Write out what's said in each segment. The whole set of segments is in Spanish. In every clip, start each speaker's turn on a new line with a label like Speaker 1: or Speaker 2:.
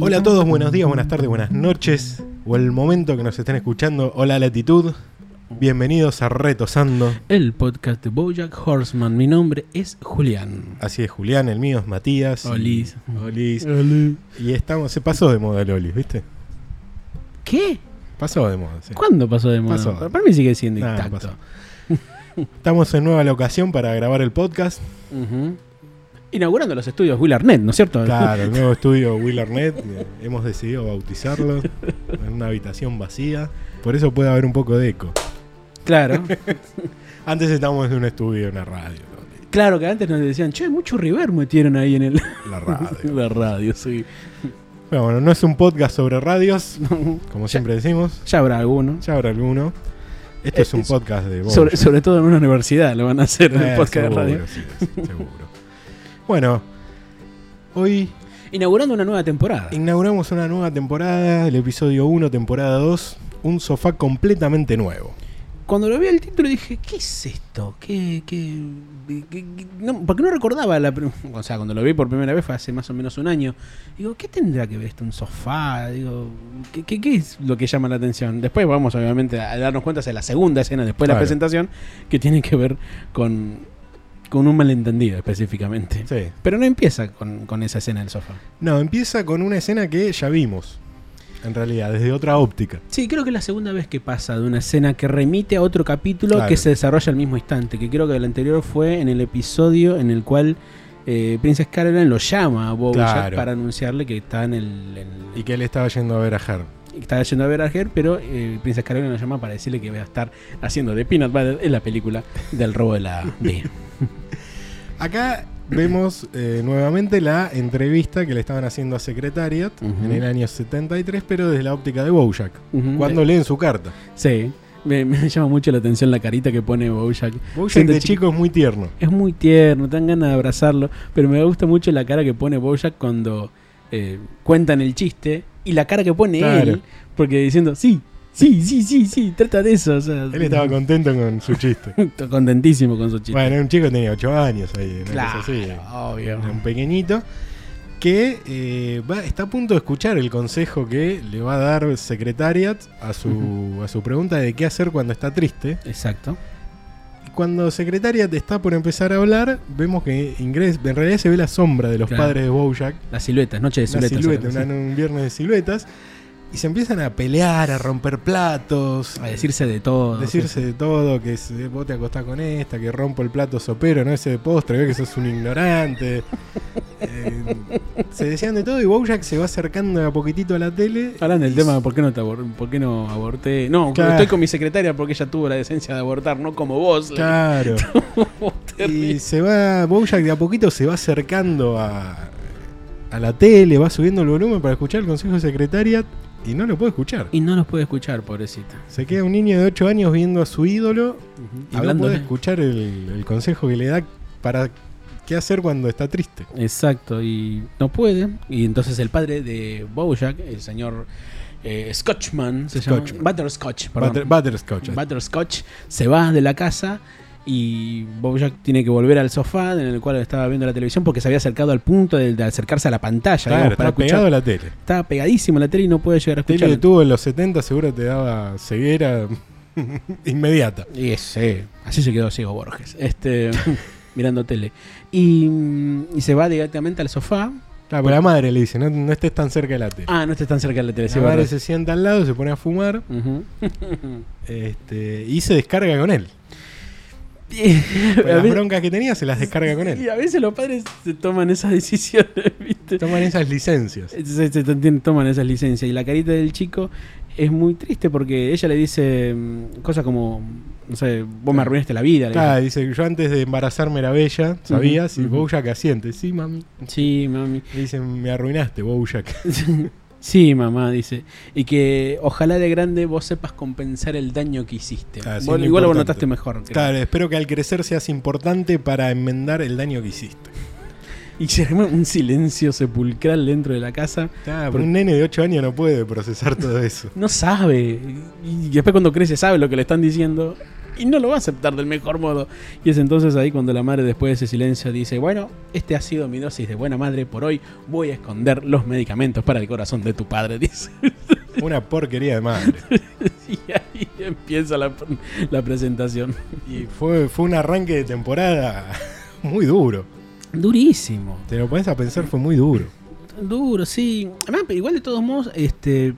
Speaker 1: Hola a todos, buenos días, buenas tardes, buenas noches. O el momento que nos estén escuchando, hola latitud. Bienvenidos a Retosando.
Speaker 2: El podcast de Bojack Horseman. Mi nombre es Julián.
Speaker 1: Así es, Julián, el mío es Matías.
Speaker 2: Olis.
Speaker 1: Olis. Y estamos, se pasó de moda el Olis, ¿viste?
Speaker 2: ¿Qué?
Speaker 1: Pasó de moda, sí.
Speaker 2: ¿Cuándo pasó de moda?
Speaker 1: Pasó.
Speaker 2: Para mí sigue siendo
Speaker 1: Nah,
Speaker 2: intacto.
Speaker 1: pasó. Estamos en nueva locación para grabar el podcast.
Speaker 2: Ujú. Inaugurando los estudios Will Arnett, ¿no es cierto?
Speaker 1: Claro, el nuevo estudio Will Arnett. eh, Hemos decidido bautizarlo en una habitación vacía. Por eso puede haber un poco de eco.
Speaker 2: claro.
Speaker 1: Antes estábamos en un estudio, en una radio. ¿no?
Speaker 2: Claro que antes nos decían, che, mucho River metieron ahí en el...
Speaker 1: La radio.
Speaker 2: la radio, sí.
Speaker 1: Pero bueno, no es un podcast sobre radios, como siempre decimos.
Speaker 2: ya habrá alguno.
Speaker 1: Ya habrá alguno. Esto
Speaker 2: Eh,
Speaker 1: es un
Speaker 2: es-
Speaker 1: podcast de Bojack.
Speaker 2: Sobre, sobre todo en una universidad lo van a hacer en
Speaker 1: Eh,
Speaker 2: el podcast de
Speaker 1: seguro,
Speaker 2: radio.
Speaker 1: sí, sí, seguro. Bueno, hoy
Speaker 2: Inaugurando una nueva temporada.
Speaker 1: inauguramos una nueva temporada, el episodio 1, temporada 2. Un sofá completamente nuevo.
Speaker 2: Cuando lo vi el título dije, ¿qué es esto? ¿Qué, qué, qué- qué- no, porque no recordaba la... prim- O sea, cuando lo vi por primera vez fue hace más o menos un año. Digo, ¿qué tendrá que ver esto? ¿Un sofá? Digo, ¿qué, qué, qué es lo que llama la atención? Después vamos, obviamente, a darnos cuenta de la segunda escena, después de
Speaker 1: Claro.
Speaker 2: la presentación, que tiene que ver con, con un malentendido específicamente.
Speaker 1: Sí.
Speaker 2: Pero no empieza con, con esa escena del sofá.
Speaker 1: No, empieza con una escena que ya vimos. En realidad, desde otra óptica.
Speaker 2: Sí, creo que es la segunda vez que pasa de una escena que remite a otro capítulo
Speaker 1: Claro.
Speaker 2: que se desarrolla al mismo instante. Que creo que el anterior fue en el episodio en el cual eh, Princess Caroline lo llama a Bojack
Speaker 1: Claro.
Speaker 2: para anunciarle que está en el, en-
Speaker 1: Y que él estaba yendo a ver a Her.
Speaker 2: que está yendo a ver a Her, pero eh, Princess Caroline lo llama para decirle que va a estar haciendo de Peanut Butter en la película del robo de la D.
Speaker 1: Acá vemos eh, nuevamente la entrevista que le estaban haciendo a Secretariat
Speaker 2: Ujú.
Speaker 1: en el año 73, pero desde la óptica de Bojack.
Speaker 2: Ujú.
Speaker 1: Cuando leen su carta.
Speaker 2: Sí, me, me llama mucho la atención la carita que pone Bojack.
Speaker 1: Bojack
Speaker 2: Siendo
Speaker 1: de
Speaker 2: chico-
Speaker 1: chico es muy tierno.
Speaker 2: Es muy tierno, te dan ganas de abrazarlo, pero me gusta mucho la cara que pone Bojack cuando eh, cuentan el chiste y la cara que pone
Speaker 1: Claro.
Speaker 2: él, porque diciendo, sí, sí, sí, sí, sí, trata de eso. o sea,
Speaker 1: Él estaba contento con su chiste.
Speaker 2: contentísimo con su Mm. chiste.
Speaker 1: Bueno, era un chico que tenía 8 años ahí, una
Speaker 2: claro,
Speaker 1: cosa así.
Speaker 2: obvio.
Speaker 1: Era un pequeñito que eh, va- está a punto de escuchar el consejo que le va a dar Secretariat a su, a su pregunta de qué hacer cuando está triste.
Speaker 2: Exacto.
Speaker 1: Y cuando Secretariat está por empezar a hablar, vemos que ingres, en realidad se ve la sombra de los
Speaker 2: Claro.
Speaker 1: padres de Bojack.
Speaker 2: Las siluetas, noche de
Speaker 1: Una
Speaker 2: siluetas.
Speaker 1: silueta,
Speaker 2: algo así.
Speaker 1: una- un viernes de siluetas. Y se empiezan a pelear, a romper platos,
Speaker 2: A decirse de todo.
Speaker 1: Decirse de todo, que se- vos te acostás con esta, que rompo el plato sopero, no ese de postre, ve que sos un ignorante. Eh, se decían de todo y Bojack se va acercando de a poquitito a la tele.
Speaker 2: Hablan del
Speaker 1: Y
Speaker 2: tema de por qué no, te abor- por qué no aborté. No,
Speaker 1: Claro.
Speaker 2: estoy con mi secretaria porque ella tuvo la decencia de abortar, no como vos.
Speaker 1: s- Claro. y se va, Bojack de a poquito se va acercando a, a la tele, va subiendo el volumen para escuchar el consejo de secretaria y no lo puede escuchar.
Speaker 2: Y no los puede escuchar, pobrecita.
Speaker 1: Se queda un niño de 8 años viendo a su ídolo y no
Speaker 2: Hablándole.
Speaker 1: puede escuchar el, el consejo que le da para qué hacer cuando está triste.
Speaker 2: Exacto, y no puede. Y entonces el padre de Bojack, el señor eh, Scotchman, se llama
Speaker 1: Scotchman.
Speaker 2: Butterscotch, perdón.
Speaker 1: Butter- butterscotch.
Speaker 2: Butterscotch se va de la casa y Bojack tiene que volver al sofá en el cual estaba viendo la televisión porque se había acercado al punto de, de acercarse a la pantalla
Speaker 1: Claro,
Speaker 2: digamos,
Speaker 1: está pegado a la tele.
Speaker 2: Estaba pegadísimo a la tele y no puede llegar a
Speaker 1: Tele
Speaker 2: escuchar.
Speaker 1: de tubo en los 70 seguro te daba ceguera inmediata.
Speaker 2: Y ese, así se quedó ciego Borges, este, mirando tele. Y, mm, y se va directamente al sofá.
Speaker 1: Claro, pero la madre le dice, no, no estés tan cerca de la tele.
Speaker 2: Ah, no estés tan cerca de la tele. sí,
Speaker 1: la madre
Speaker 2: verdad.
Speaker 1: se sienta al lado, se pone a fumar
Speaker 2: Ujú.
Speaker 1: este, y se descarga con él. Pues
Speaker 2: A
Speaker 1: las
Speaker 2: veces-
Speaker 1: broncas que tenía se las descarga con
Speaker 2: Y
Speaker 1: él.
Speaker 2: a veces los padres se toman esas decisiones, ¿viste?
Speaker 1: Toman esas licencias.
Speaker 2: Se, se t- toman esas licencias. Y la carita del chico es muy triste porque ella le dice mm, cosas como, no sé, vos me arruinaste la vida. le
Speaker 1: Claro, dice, yo antes de embarazarme era bella, ¿sabías? Y
Speaker 2: Ujú.
Speaker 1: Bojack asiente. Sí, mami.
Speaker 2: dice. Sí, mami.
Speaker 1: Le dicen, me arruinaste, Bojack.
Speaker 2: Sí, mamá, dice. Y que ojalá de grande vos sepas compensar el daño que hiciste.
Speaker 1: Ah, sí,
Speaker 2: Vos-
Speaker 1: lo
Speaker 2: igual lo
Speaker 1: importante.
Speaker 2: notaste mejor. creo.
Speaker 1: Claro, espero que al crecer seas importante para enmendar el daño que hiciste.
Speaker 2: Y se armó un silencio sepulcral dentro de la casa.
Speaker 1: Está,
Speaker 2: Por-
Speaker 1: Un nene de 8 años no puede procesar todo eso.
Speaker 2: No sabe. Y después cuando crece sabe lo que le están diciendo. Y no lo va a aceptar del mejor modo. Y es entonces ahí cuando la madre después de ese silencio dice, bueno, este ha sido mi dosis de buena madre por hoy. Voy a esconder los medicamentos para el corazón de tu padre. Dice.
Speaker 1: Una porquería de madre.
Speaker 2: Y ahí empieza la, la presentación.
Speaker 1: Y fue, fue un arranque de temporada muy duro.
Speaker 2: Durísimo.
Speaker 1: Te lo pones a pensar, fue muy duro.
Speaker 2: Duro, sí. Además, pero igual de todos modos, este,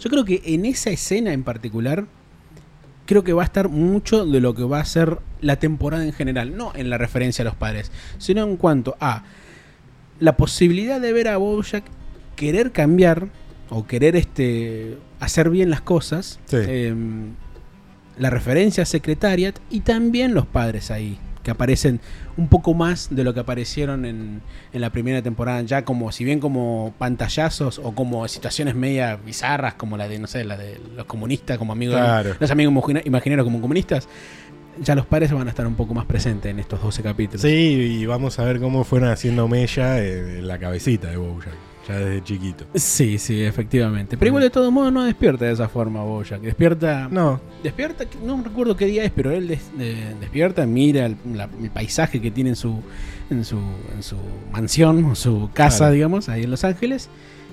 Speaker 2: yo creo que en esa escena en particular, creo que va a estar mucho de lo que va a ser la temporada en general, no en la referencia a los padres, sino en cuanto a la posibilidad de ver a Bojack querer cambiar o querer este, hacer bien las cosas.
Speaker 1: Sí.
Speaker 2: em, la referencia a Secretariat y también los padres ahí, que aparecen un poco más de lo que aparecieron en, en la primera temporada, ya como, si bien como pantallazos o como situaciones media bizarras, como la de, no sé, la de los comunistas, como amigos,
Speaker 1: Claro.
Speaker 2: los amigos imagina- imaginarios como comunistas, ya los padres van a estar un poco más presentes en estos 12 capítulos.
Speaker 1: Sí, y vamos a ver cómo fueron haciendo mella en en la cabecita de Bojack, ya desde chiquito.
Speaker 2: Sí, sí, efectivamente. Pero igual de todo modo no despierta de esa forma Bojack. Despierta
Speaker 1: No,
Speaker 2: despierta, que- no recuerdo qué día es, pero él des- eh, despierta, mira el, la- el paisaje que tiene en su, en su, en su mansión, o su casa,
Speaker 1: Claro.
Speaker 2: digamos, ahí en Los Ángeles,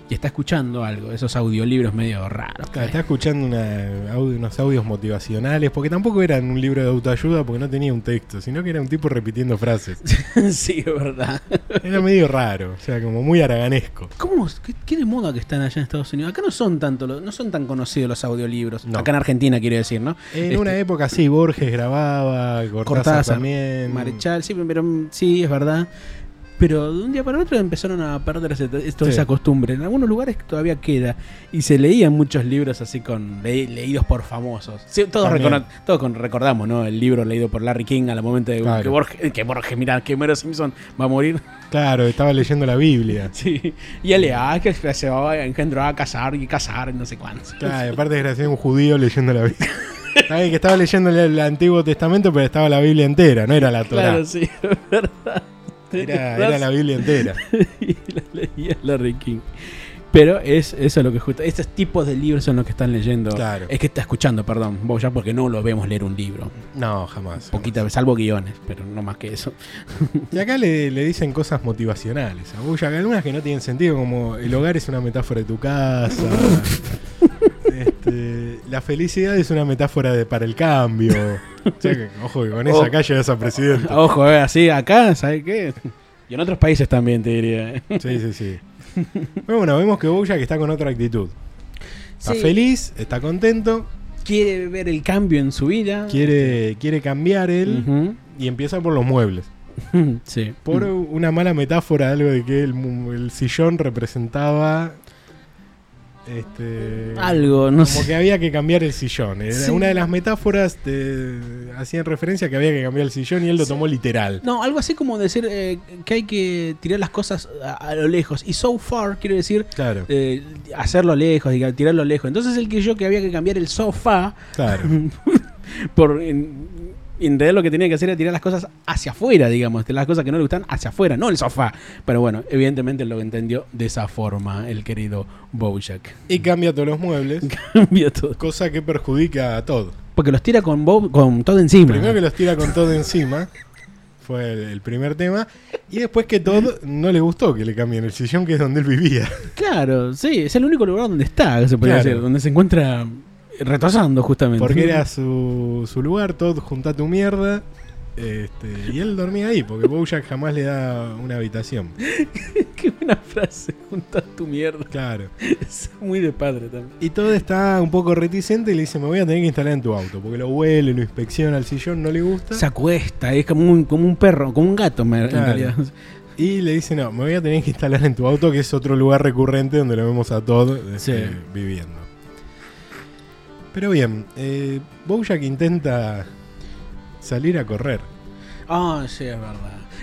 Speaker 2: y está escuchando algo, esos audiolibros medio raros.
Speaker 1: está, está escuchando una audio- unos audios motivacionales, porque tampoco eran un libro de autoayuda, porque no tenía un texto, sino que era un tipo repitiendo frases.
Speaker 2: sí, es verdad.
Speaker 1: Era medio raro, o sea, como muy araganesco.
Speaker 2: ¿Cómo, qué, qué de moda que están allá en Estados Unidos? Acá no son tanto, los- no son tan conocidos los audiolibros.
Speaker 1: No.
Speaker 2: Acá en Argentina quiero decir, ¿no?
Speaker 1: En
Speaker 2: Este,
Speaker 1: una época sí, Borges grababa, Cortázar,
Speaker 2: Cortázar,
Speaker 1: también.
Speaker 2: Marechal, sí, pero mm, sí, es verdad. Pero de un día para otro empezaron a perderse to- toda
Speaker 1: Sí.
Speaker 2: esa costumbre. En algunos lugares todavía queda. Y se leían muchos libros así con le- leídos por famosos. Sí, todos
Speaker 1: También.
Speaker 2: recono- todos con- recordamos, ¿no? El libro leído por Larry King al momento de
Speaker 1: Claro.
Speaker 2: que Borges, que Borges, mirá, que Homero Simpson va a morir.
Speaker 1: Claro, estaba leyendo la Biblia.
Speaker 2: Sí. Y L.A. que se va a engendrar a casar y casar y no sé cuánto.
Speaker 1: Claro, aparte desgraciado un judío leyendo la Biblia. Está bien que estaba leyendo el, el Antiguo Testamento, pero estaba la Biblia entera, no era la Torá.
Speaker 2: Claro, sí, es verdad.
Speaker 1: Era, era la Biblia entera.
Speaker 2: y la leía Larry King. Pero es eso lo que justo. Estos tipos de libros son los que están leyendo.
Speaker 1: Claro.
Speaker 2: Es que está escuchando, perdón, ya porque no lo vemos leer un libro.
Speaker 1: No, jamás.
Speaker 2: Poquita, salvo guiones, pero no más que eso.
Speaker 1: Y acá le, le dicen cosas motivacionales a Bojack, algunas que no tienen sentido, como el hogar es una metáfora de tu casa. Este, la felicidad es una metáfora de para el cambio. O sea que, ojo, que con esa acá llegas a presidente.
Speaker 2: Ojo, eh, así acá, ¿sabes qué? Y en otros países también, te diría. eh.
Speaker 1: Sí, sí, sí. Pero bueno, vemos que Bojack está con otra actitud. Está
Speaker 2: Sí.
Speaker 1: feliz, está contento,
Speaker 2: Quiere ver el cambio en su vida.
Speaker 1: quiere, quiere cambiar él y empieza por los muebles.
Speaker 2: Ujú. sí. Mm.
Speaker 1: Por una mala metáfora, algo de que el, mu- el sillón representaba. Este,
Speaker 2: Algo, no
Speaker 1: Como
Speaker 2: sé.
Speaker 1: que había que cambiar el sillón. Era
Speaker 2: Sí.
Speaker 1: Una de las metáforas de- hacían referencia a que había que cambiar el sillón y él lo tomó literal.
Speaker 2: No, algo así como decir eh, que hay que tirar las cosas a- a lo lejos. Y so far quiere decir
Speaker 1: Claro,
Speaker 2: eh, hacerlo lejos, diga- tirarlo lejos. Entonces él creyó que había que cambiar el sofá
Speaker 1: claro.
Speaker 2: por en, en realidad lo que tenía que hacer era tirar las cosas hacia afuera, digamos, las cosas que no le gustan hacia afuera, no el sofá. Pero bueno, evidentemente lo entendió de esa forma el querido Bojack.
Speaker 1: Y cambia todos los muebles,
Speaker 2: Cambia todo.
Speaker 1: cosa que perjudica a todo.
Speaker 2: Porque los tira con Bob, con todo encima.
Speaker 1: Primero que los tira con todo encima. Fue el, el primer tema. Y después que Todd no le gustó que le cambien el sillón, que es donde él vivía.
Speaker 2: Claro, sí, es el único lugar donde está, se podría
Speaker 1: Claro.
Speaker 2: decir, donde se encuentra retrasando justamente.
Speaker 1: Porque era su, su lugar, Todd, junta tu mierda. Este, y él dormía ahí, porque Bojack jamás le da una habitación.
Speaker 2: Qué buena frase, juntas tu mierda.
Speaker 1: Claro.
Speaker 2: Es muy de padre también.
Speaker 1: Y Todd está un poco reticente y le dice: Me voy a tener que instalar en tu auto. Porque lo huele, lo inspecciona al sillón, no le gusta.
Speaker 2: Se acuesta, es como un, como un perro, como un gato me- en
Speaker 1: Claro.
Speaker 2: realidad.
Speaker 1: Y le dice: No, me voy a tener que instalar en tu auto, que es otro lugar recurrente donde lo vemos a Todd este,
Speaker 2: Sí.
Speaker 1: viviendo. Pero bien, eh, Bojack intenta salir a correr.
Speaker 2: Ah, sí, es verdad.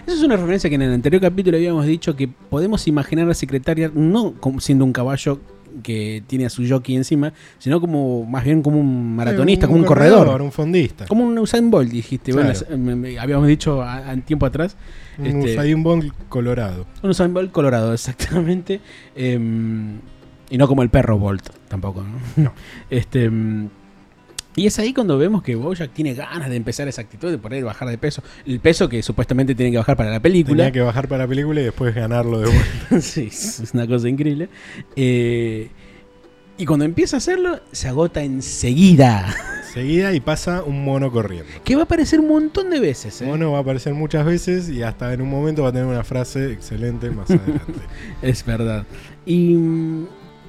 Speaker 2: Esa es una referencia que en el anterior capítulo habíamos dicho que podemos imaginar a Secretaria no como siendo un caballo que tiene a su jockey encima, sino como más bien como un maratonista, como un corredor.
Speaker 1: Un fondista.
Speaker 2: Como un Usain Bolt, dijiste. vos en
Speaker 1: Claro.
Speaker 2: las- me- me- habíamos dicho a- a- tiempo atrás.
Speaker 1: Un
Speaker 2: este,
Speaker 1: Usain Bolt colorado.
Speaker 2: un Usain Bolt colorado, exactamente. Em, y no como el perro Bolt, tampoco, ¿no? Este, em, y es ahí cuando vemos que Bojack tiene ganas de empezar esa actitud, de poner bajar de peso. El peso que supuestamente tiene que bajar para la película.
Speaker 1: Tenía que bajar para la película y después ganarlo de vuelta.
Speaker 2: sí, es una cosa increíble. Eh, y cuando empieza a hacerlo, se agota enseguida.
Speaker 1: Seguida y pasa un mono corriendo.
Speaker 2: Que va a aparecer un montón de veces. ¿eh?
Speaker 1: Mono va a aparecer muchas veces y hasta en un momento va a tener una frase excelente más adelante.
Speaker 2: Es verdad. Y, mm,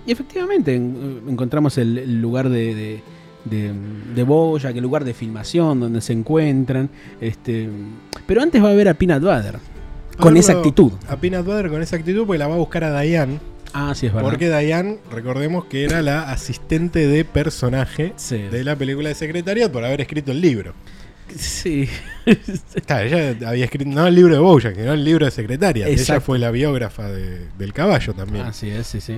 Speaker 2: y efectivamente en- encontramos el, el lugar de, de, de, de Bojack, el lugar de filmación donde se encuentran. Este, pero antes va a ver a Peanut Butter. Con
Speaker 1: Verlo
Speaker 2: esa actitud.
Speaker 1: A Peanut Butter con esa actitud porque la va a buscar a Diane.
Speaker 2: Ah, sí, es verdad.
Speaker 1: Porque Diane, recordemos que era la asistente de personaje
Speaker 2: Sí.
Speaker 1: de la película de Secretariat por haber escrito el libro.
Speaker 2: Sí.
Speaker 1: Claro, ella había escrito, no el libro de Bojack, sino el libro de Secretariat. Ella
Speaker 2: Exacto.
Speaker 1: fue la biógrafa de- del caballo también.
Speaker 2: Así es, sí, sí.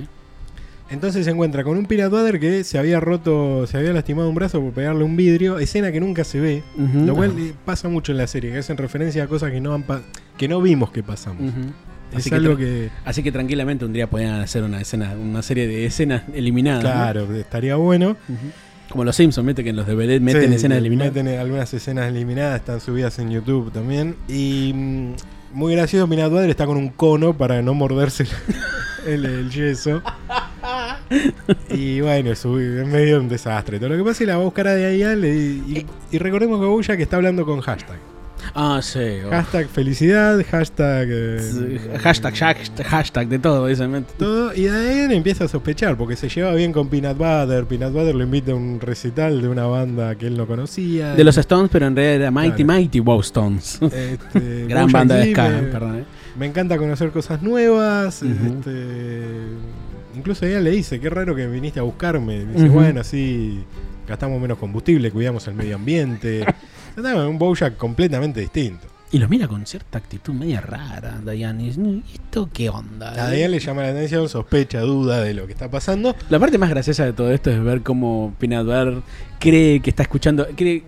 Speaker 1: Entonces se encuentra con un Peanut Butter que se había roto, se había lastimado un brazo por pegarle un vidrio, escena que nunca se ve.
Speaker 2: Ujú.
Speaker 1: Lo cual
Speaker 2: Ajá.
Speaker 1: eh, pasa mucho en la serie, que hacen referencia a cosas que no han pa- que no vimos que pasamos.
Speaker 2: Ujú.
Speaker 1: Es
Speaker 2: Mm. Así que
Speaker 1: algo
Speaker 2: tra-
Speaker 1: que,
Speaker 2: Así que tranquilamente un día podían hacer una escena, una serie de escenas eliminadas. ¿no?
Speaker 1: claro, estaría bueno.
Speaker 2: Ujú. Como los Simpsons, mete que en los DVD meten
Speaker 1: Sí,
Speaker 2: escenas eliminadas.
Speaker 1: meten algunas escenas eliminadas, están subidas en YouTube también. Y mm, muy gracioso, Peanut Butter está con un cono para no morderse el, el yeso. Y bueno, es, un- es medio un desastre. Todo lo que pasa es que la va a buscar a Diane le- y, y recordemos que Boya que está hablando con hashtag.
Speaker 2: Ah, sí. oh.
Speaker 1: Hashtag felicidad, hashtag... eh,
Speaker 2: Hashtag, hashtag, hashtag de todo, dicen.
Speaker 1: todo y Diane empieza a sospechar porque se lleva bien con Peanut Butter. Peanut Butter lo invita a un recital de una banda que él no conocía.
Speaker 2: De los Stones, pero en realidad era Mighty
Speaker 1: Claro.
Speaker 2: Mighty Wow Stones.
Speaker 1: Este,
Speaker 2: Gran
Speaker 1: Bojack
Speaker 2: banda de
Speaker 1: Lee,
Speaker 2: ska,
Speaker 1: me,
Speaker 2: perdón. eh.
Speaker 1: me encanta conocer cosas nuevas.
Speaker 2: Ujú.
Speaker 1: este, incluso ella le dice, qué raro que viniste a buscarme. Y dice,
Speaker 2: Ujú.
Speaker 1: bueno, así gastamos menos combustible, cuidamos el medio ambiente. Nada, un Bojack completamente distinto.
Speaker 2: Y lo mira con cierta actitud media rara, Diane. y dice, "Mm, ¿Esto qué onda? eh?".
Speaker 1: A Diane le llama la atención, sospecha, duda de lo que está pasando.
Speaker 2: La parte más graciosa de todo esto es ver cómo Peanut Butter cree que está escuchando. cree-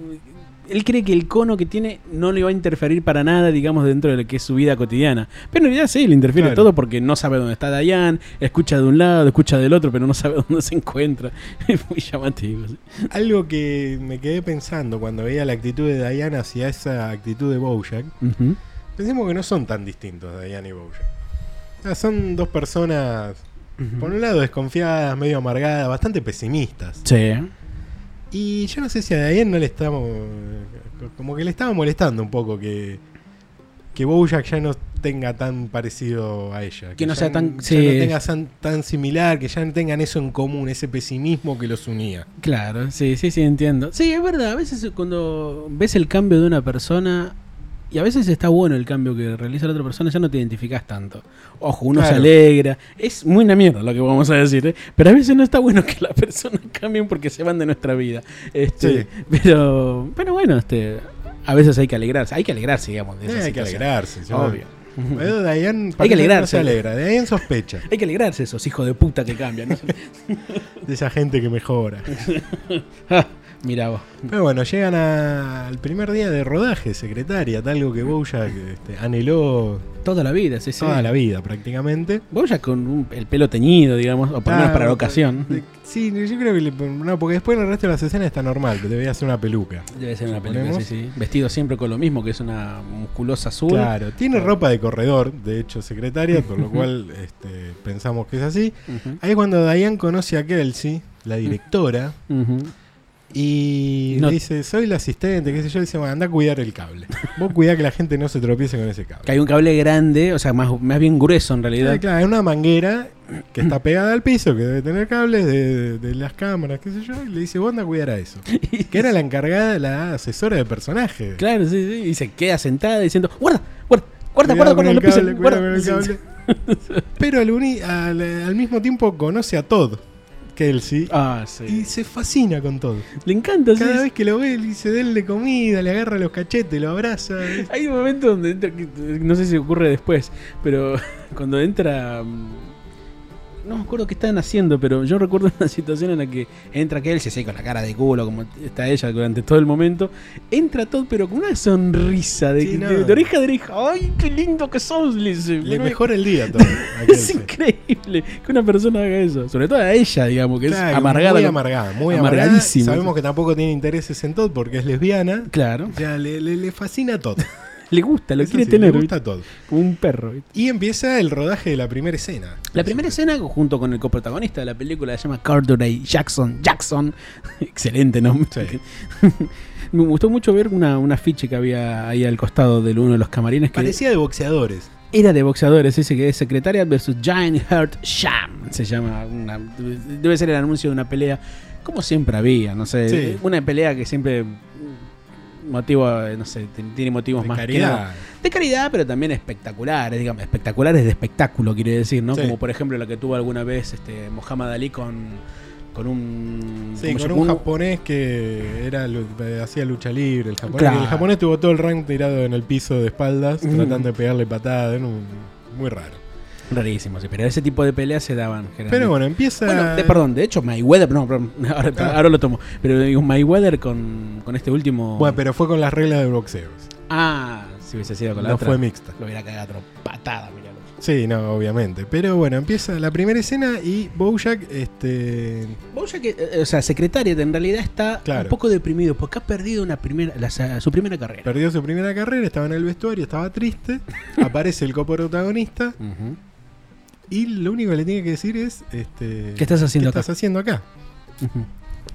Speaker 2: él cree que el cono que tiene no le va a interferir para nada, digamos, dentro de lo que es su vida cotidiana. Pero en realidad sí, le interfiere
Speaker 1: Claro.
Speaker 2: todo porque no sabe dónde está Diane, escucha de un lado, escucha del otro, pero no sabe dónde se encuentra. Es muy llamativo. sí.
Speaker 1: Algo que me quedé pensando cuando veía la actitud de Diane hacia esa actitud de Bojack,
Speaker 2: Ujú.
Speaker 1: pensemos que no son tan distintos Diane y Bojack. O sea, son dos personas, por un lado desconfiadas, medio amargadas, bastante pesimistas.
Speaker 2: Sí.
Speaker 1: Y yo no sé si a Diane no le estamos. Como que le estaba molestando un poco que. Que Bojack ya no tenga tan parecido a ella.
Speaker 2: no
Speaker 1: ya
Speaker 2: sea tan-
Speaker 1: ya
Speaker 2: sí.
Speaker 1: no tenga tan, tan similar, que ya no tengan eso en común, ese pesimismo que los unía.
Speaker 2: Claro, sí, sí, sí, entiendo. Sí, es verdad, a veces cuando ves el cambio de una persona, y a veces está bueno el cambio que realiza la otra persona, ya no te identificas tanto. Ojo, uno se
Speaker 1: Claro.
Speaker 2: alegra, es muy una mierda lo que vamos a decir, ¿eh? pero a veces no está bueno que las personas cambien porque se van de nuestra vida. Este,
Speaker 1: Sí.
Speaker 2: pero, pero bueno, este, a veces hay que alegrarse, hay que alegrarse, digamos, de
Speaker 1: Eh,
Speaker 2: esa
Speaker 1: hay que
Speaker 2: situación.
Speaker 1: alegrarse, yo-
Speaker 2: Obvio.
Speaker 1: Pero Dayan
Speaker 2: Hay que
Speaker 1: No
Speaker 2: alegrarse.
Speaker 1: se alegra. Dayan sospecha
Speaker 2: Hay que alegrarse esos hijos de puta que cambian. ¿no?
Speaker 1: de esa gente que mejora.
Speaker 2: Ah, Mirá vos.
Speaker 1: Pero bueno, llegan a- al primer día de rodaje, secretaria, algo que Bojack este, anheló
Speaker 2: Toda la vida, sí, sí.
Speaker 1: toda la vida prácticamente.
Speaker 2: Vos ya con un- el pelo teñido, digamos, o por lo menos
Speaker 1: Ah,
Speaker 2: para la ocasión.
Speaker 1: de- Sí, yo creo que le- no, porque después en el resto de las escenas está normal, te voy a hacer una peluca.
Speaker 2: Debe ser una
Speaker 1: ¿Ponemos?
Speaker 2: película, sí, sí. Vestido siempre con lo mismo, que es una musculosa azul.
Speaker 1: Claro, tiene ropa de corredor, de hecho secretaria, por lo cual este, pensamos que es así.
Speaker 2: Ujú,
Speaker 1: Ahí es cuando Dayan conoce a Kelsey, la directora,
Speaker 2: ujú.
Speaker 1: Y
Speaker 2: No-
Speaker 1: le dice, soy el asistente, qué sé yo, dice, bueno, anda a cuidar el cable. Vos cuidá que la gente no se tropiece con ese
Speaker 2: Que
Speaker 1: cable.
Speaker 2: hay un cable grande, o sea, más, más bien grueso en realidad.
Speaker 1: Ah, claro, es una manguera que está pegada al piso, que debe tener cables de, de las cámaras, qué sé yo, y le dice, vos anda a cuidar a eso. Que era la encargada, la asesora de personaje.
Speaker 2: Claro, sí, sí. Y se queda sentada diciendo, guarda, guarda, guarda,
Speaker 1: Cuidado
Speaker 2: guarda, guarda,
Speaker 1: con
Speaker 2: no
Speaker 1: el
Speaker 2: pises,
Speaker 1: cable,
Speaker 2: guarda".
Speaker 1: cuidado con el cable. Pero al, uni- al, al mismo tiempo conoce a Todd, Kelsey,
Speaker 2: Ah,
Speaker 1: y
Speaker 2: sí.
Speaker 1: se fascina con Todd.
Speaker 2: Le encanta, sí.
Speaker 1: Cada
Speaker 2: sí.
Speaker 1: vez que lo ve, le dice, denle comida, le agarra los cachetes, lo abraza.
Speaker 2: Hay un momento donde eh, entra, que- no sé si ocurre después, pero cuando entra... mm, no me acuerdo qué estaban haciendo, pero yo recuerdo una situación en la que entra aquel, se seca la cara de culo, como está ella durante todo el momento. Entra Todd, pero con una sonrisa de,
Speaker 1: Sí, no.
Speaker 2: de- de oreja de oreja. ¡Ay, qué lindo que sos! Le dice.
Speaker 1: Le
Speaker 2: Bueno,
Speaker 1: mejora el día todo. aquel,
Speaker 2: Es
Speaker 1: sí.
Speaker 2: increíble que una persona haga eso. Sobre todo a ella, digamos, que
Speaker 1: Claro,
Speaker 2: es amargada.
Speaker 1: Muy
Speaker 2: con-
Speaker 1: amargada, muy amargada.
Speaker 2: amargadísima.
Speaker 1: Sabemos que tampoco tiene intereses en Todd porque es lesbiana.
Speaker 2: Claro.
Speaker 1: Ya le, le- le fascina Todd.
Speaker 2: Le gusta, lo
Speaker 1: Eso
Speaker 2: quiere
Speaker 1: sí,
Speaker 2: tener.
Speaker 1: Le gusta Todd.
Speaker 2: ¿viste? Como un perro. ¿viste?
Speaker 1: Y empieza el rodaje de la primera escena.
Speaker 2: La primera escena, junto con el coprotagonista de la película, se llama Cartwright Jackson. Jackson. Excelente nombre.
Speaker 1: Sí.
Speaker 2: Me gustó mucho ver una, una afiche que había ahí al costado de uno de los camarines que
Speaker 1: Parecía de boxeadores.
Speaker 2: era de boxeadores, ese que es Secretaria versus Giant Heart Sham. Se llama. una- debe ser el anuncio de una pelea, como siempre había, no sé.
Speaker 1: Sí.
Speaker 2: Una pelea que siempre motiva, no sé, t- tiene motivos
Speaker 1: De
Speaker 2: más que
Speaker 1: caridad.
Speaker 2: de caridad, pero también espectaculares, digamos, espectaculares de espectáculo, quiere decir, ¿no?
Speaker 1: Sí.
Speaker 2: Como por ejemplo la que tuvo alguna vez este Mohamed Ali con, con un.
Speaker 1: Sí,
Speaker 2: ¿cómo
Speaker 1: con
Speaker 2: se-
Speaker 1: un japonés que era lu- eh, hacía lucha libre. El japonés,
Speaker 2: Claro.
Speaker 1: el japonés tuvo todo el rank tirado en el piso de espaldas,
Speaker 2: Mm.
Speaker 1: tratando de pegarle patada. era un- muy raro.
Speaker 2: Rarísimo, sí, pero ese tipo de peleas se daban generalmente.
Speaker 1: Pero bueno, empieza.
Speaker 2: Bueno, de- perdón, de hecho, Mayweather, no, perdón, ahora,
Speaker 1: Ah.
Speaker 2: ahora lo tomo. Pero digo, Mayweather con, con este último.
Speaker 1: Bueno, pero fue con las reglas de boxeo.
Speaker 2: Ah, si hubiese sido con la
Speaker 1: No
Speaker 2: otra.
Speaker 1: fue mixta.
Speaker 2: Lo hubiera cagado a patada, míralo.
Speaker 1: Sí, no, obviamente. Pero bueno, empieza la primera escena y Bojack, este.
Speaker 2: Bojack, eh, eh, o sea, secretaria en realidad está
Speaker 1: Claro.
Speaker 2: un poco deprimido porque ha perdido una primera, la- su primera carrera.
Speaker 1: Perdió su primera carrera, estaba en el vestuario, estaba triste. Aparece el coprotagonista
Speaker 2: Ujú.
Speaker 1: y lo único que le tiene que decir es: este,
Speaker 2: ¿Qué estás haciendo
Speaker 1: estás
Speaker 2: acá?
Speaker 1: haciendo acá?
Speaker 2: Ujú.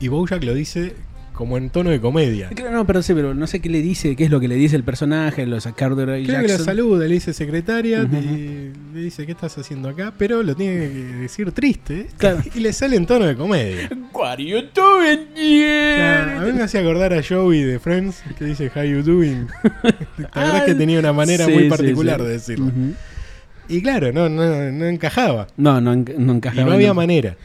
Speaker 1: Y Bojack lo dice como en tono de comedia.
Speaker 2: Claro, no, pero sí, pero no sé qué le dice, qué es lo que le dice el personaje, los Carter y
Speaker 1: Creo que la
Speaker 2: Jackson.
Speaker 1: saluda, le dice secretaria,
Speaker 2: Ujú.
Speaker 1: te- le dice: ¿Qué estás haciendo acá? Pero lo tiene que decir triste ¿eh?
Speaker 2: Claro.
Speaker 1: y le sale en tono de comedia.
Speaker 2: What are you doing here?
Speaker 1: Ya, a mí me hace acordar a Joey de Friends que dice How you doing. La verdad es que tenía una manera
Speaker 2: Ah, Sí,
Speaker 1: muy
Speaker 2: sí,
Speaker 1: particular
Speaker 2: sí.
Speaker 1: de decirlo.
Speaker 2: Ujú.
Speaker 1: Y claro, no, no, no encajaba.
Speaker 2: No, no, enca- no encajaba.
Speaker 1: Y no había
Speaker 2: en-
Speaker 1: manera.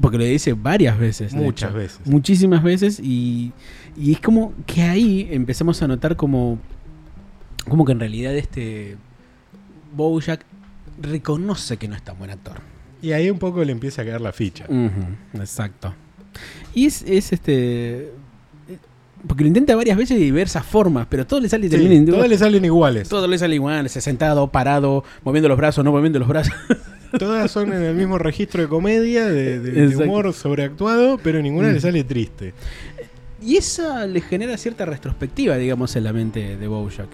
Speaker 2: Porque lo dice varias veces. de
Speaker 1: Muchas
Speaker 2: hecho.
Speaker 1: veces.
Speaker 2: Muchísimas veces. Y, y es como que ahí empezamos a notar como, como que en realidad este Bojack reconoce que no es tan buen actor.
Speaker 1: Y ahí un poco le empieza a caer la ficha.
Speaker 2: Ujú, exacto. Y es, es este. Porque lo intenta varias veces de diversas formas, pero todo le sale y
Speaker 1: Sí,
Speaker 2: termina en-
Speaker 1: todas le salen iguales.
Speaker 2: todo le sale igual, se sentado, parado, moviendo los brazos, no moviendo los brazos.
Speaker 1: Todas son en el mismo registro de comedia, de, de- de
Speaker 2: Exacto.
Speaker 1: humor sobreactuado, pero ninguna
Speaker 2: Mm.
Speaker 1: le sale triste.
Speaker 2: Y esa le genera cierta retrospectiva, digamos, en la mente de Bojack.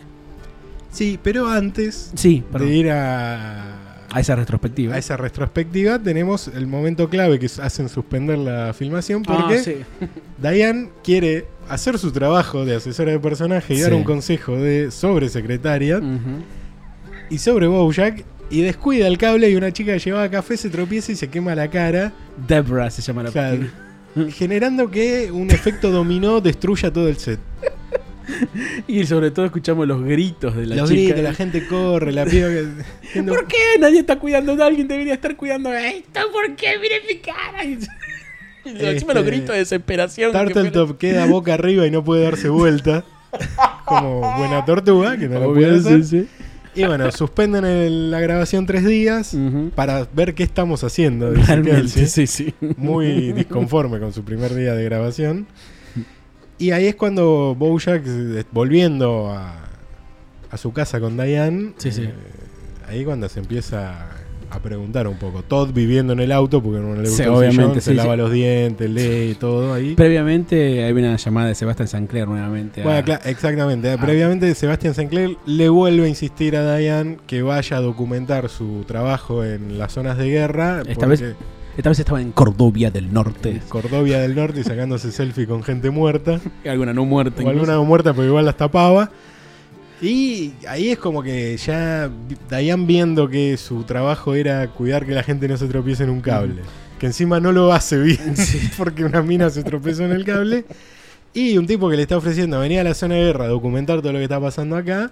Speaker 1: Sí, pero antes
Speaker 2: Sí,
Speaker 1: de
Speaker 2: perdón.
Speaker 1: ir a,
Speaker 2: A esa retrospectiva.
Speaker 1: a esa retrospectiva, tenemos el momento clave que hacen suspender la filmación
Speaker 2: Ah,
Speaker 1: porque
Speaker 2: sí.
Speaker 1: Diane quiere hacer su trabajo de asesora de personaje y dar
Speaker 2: Sí. Mm.
Speaker 1: un consejo de sobre secretaria
Speaker 2: Ujú.
Speaker 1: y sobre Bojack y descuida el cable y una chica que llevaba café se tropieza y se quema la cara,
Speaker 2: Debra se llama la
Speaker 1: o sea, generando que un efecto dominó destruya todo el set.
Speaker 2: Y sobre todo escuchamos los gritos de la
Speaker 1: Los
Speaker 2: chica.
Speaker 1: gritos, la gente corre, la piba que... diciendo,
Speaker 2: ¿Por qué nadie está cuidando? Alguien debería estar cuidando esto. ¿Por qué? Mire mi cara. Y encima
Speaker 1: Este,
Speaker 2: los gritos de desesperación. que fueron-
Speaker 1: Turtletop queda boca arriba y no puede darse vuelta. Como buena tortuga, que no lo puede
Speaker 2: Obvio,
Speaker 1: hacer.
Speaker 2: sí, sí.
Speaker 1: Y bueno, suspenden el- la grabación tres días
Speaker 2: Ujú.
Speaker 1: para ver qué estamos haciendo. dice Kelsey.
Speaker 2: Mm. Realmente, sí, sí.
Speaker 1: muy disconforme con su primer día de grabación. Y ahí es cuando Bojack, eh, volviendo a, a su casa con Diane, eh,
Speaker 2: Sí, sí.
Speaker 1: ahí cuando se empieza a preguntar un poco. Todd viviendo en el auto, porque no le
Speaker 2: Sí,
Speaker 1: gusta el
Speaker 2: obviamente,
Speaker 1: sillón, se
Speaker 2: sí,
Speaker 1: lava
Speaker 2: sí.
Speaker 1: los dientes, lee y todo ahí.
Speaker 2: Previamente hay una llamada de Sebastián Sancler nuevamente. a-
Speaker 1: Bueno, cla- exactamente. eh,
Speaker 2: Ah.
Speaker 1: Previamente, Sebastián Sinclair le vuelve a insistir a Diane que vaya a documentar su trabajo en las zonas de guerra.
Speaker 2: Esta vez-
Speaker 1: porque-
Speaker 2: Esta vez estaba en Cordobia del Norte.
Speaker 1: Cordovia del Norte y sacándose selfie con gente muerta.
Speaker 2: Alguna no muerta.
Speaker 1: O alguna muerta, pero igual las tapaba. Y ahí es como que ya vi- Dayan viendo que su trabajo era cuidar que la gente no se tropiece en un cable. Que encima no lo hace bien, porque una mina se tropezó en el cable. Y un tipo que le está ofreciendo venir a la zona de guerra a documentar todo lo que está pasando acá,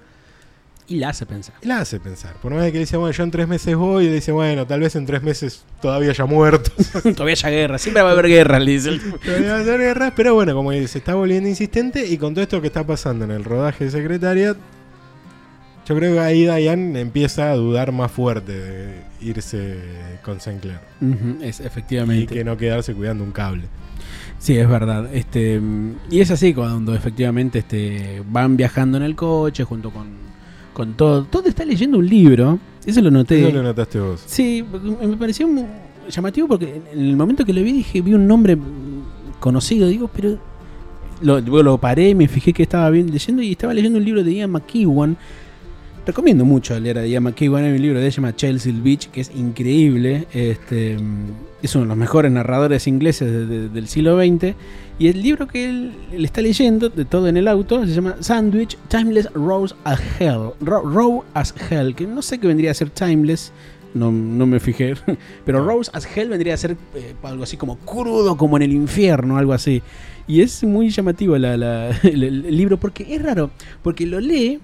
Speaker 2: Y la hace pensar.
Speaker 1: la hace pensar. Por más de que le dice, bueno, yo en tres meses voy, y le dice, bueno, tal vez en tres meses todavía haya muerto.
Speaker 2: Todavía haya guerra. Siempre va a haber guerra, le dice el tipo.
Speaker 1: Todavía va a haber guerras, pero bueno, como que se está volviendo insistente y con todo esto que está pasando en el rodaje de secretaria, Yo creo que ahí Diane empieza a dudar más fuerte de irse con Sinclair.
Speaker 2: Ujú, es,
Speaker 1: Y
Speaker 2: efectivamente.
Speaker 1: que no quedarse cuidando un cable.
Speaker 2: Sí, es verdad. Este, mm, y es así cuando efectivamente este, van viajando en el coche junto con, con Todd. Todd está leyendo un libro. Eso lo noté.
Speaker 1: Eso lo notaste vos.
Speaker 2: Sí, porque me me pareció muy llamativo porque en el momento que lo vi dije, vi un nombre mm, conocido, digo, pero lo, luego lo paré, me fijé que estaba bien leyendo y estaba leyendo un libro de Ian McEwan. Recomiendo mucho leer a Ian McEwan, hay un libro de él que se llama Chelsea Beach, que es increíble, este, mm, es uno de los mejores narradores ingleses de- de- del siglo XX, y el libro que él, él está leyendo, de todo en el auto, se llama Sandwich, Timeless Rose as Hell, Ro- Row as Hell, que no sé qué vendría a ser Timeless, no, no me fijé. Pero Rose as Hell vendría a ser eh, algo así como crudo, como en el infierno, algo así. Y es muy llamativo la- la- el, el libro porque es raro, porque lo lee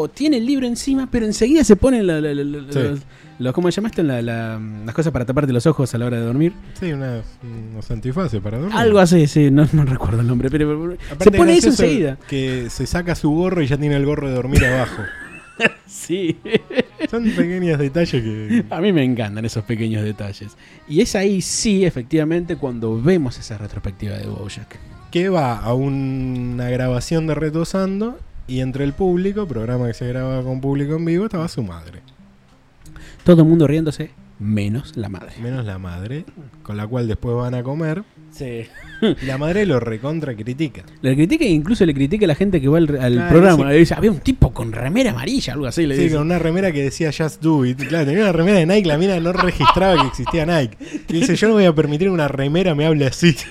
Speaker 2: o tiene el libro encima, pero enseguida se ponen la- la- la- la-
Speaker 1: Sí.
Speaker 2: los, los- ¿cómo llamaste? La- la- las cosas para taparte los ojos a la hora de dormir.
Speaker 1: Sí, unas, unos antifaces para dormir.
Speaker 2: Algo así, sí, no, no recuerdo el nombre, pero
Speaker 1: Aparte
Speaker 2: se pone
Speaker 1: es
Speaker 2: eso
Speaker 1: gracioso
Speaker 2: enseguida.
Speaker 1: Que se saca su gorro y ya tiene el gorro de dormir abajo.
Speaker 2: Sí.
Speaker 1: Son pequeños detalles que.
Speaker 2: A mí me encantan esos pequeños detalles. Y es ahí sí, efectivamente, cuando vemos esa retrospectiva de Bojack.
Speaker 1: que va a una grabación de Retosando y entre el público, programa que se graba con público en vivo, estaba su madre.
Speaker 2: Todo el mundo riéndose, menos la madre.
Speaker 1: Menos la madre, con la cual después van a comer.
Speaker 2: Sí.
Speaker 1: Y la madre lo recontra critica.
Speaker 2: Le critica e incluso le critica a la gente que va al, al
Speaker 1: Claro,
Speaker 2: programa. Le dice, había un tipo con remera amarilla, algo así. Le
Speaker 1: Sí,
Speaker 2: dice.
Speaker 1: con una remera que decía Just Do It. Claro, tenía una remera de Nike, la mina no registraba que existía Nike. Y dice, yo no voy a permitir que una remera me hable así.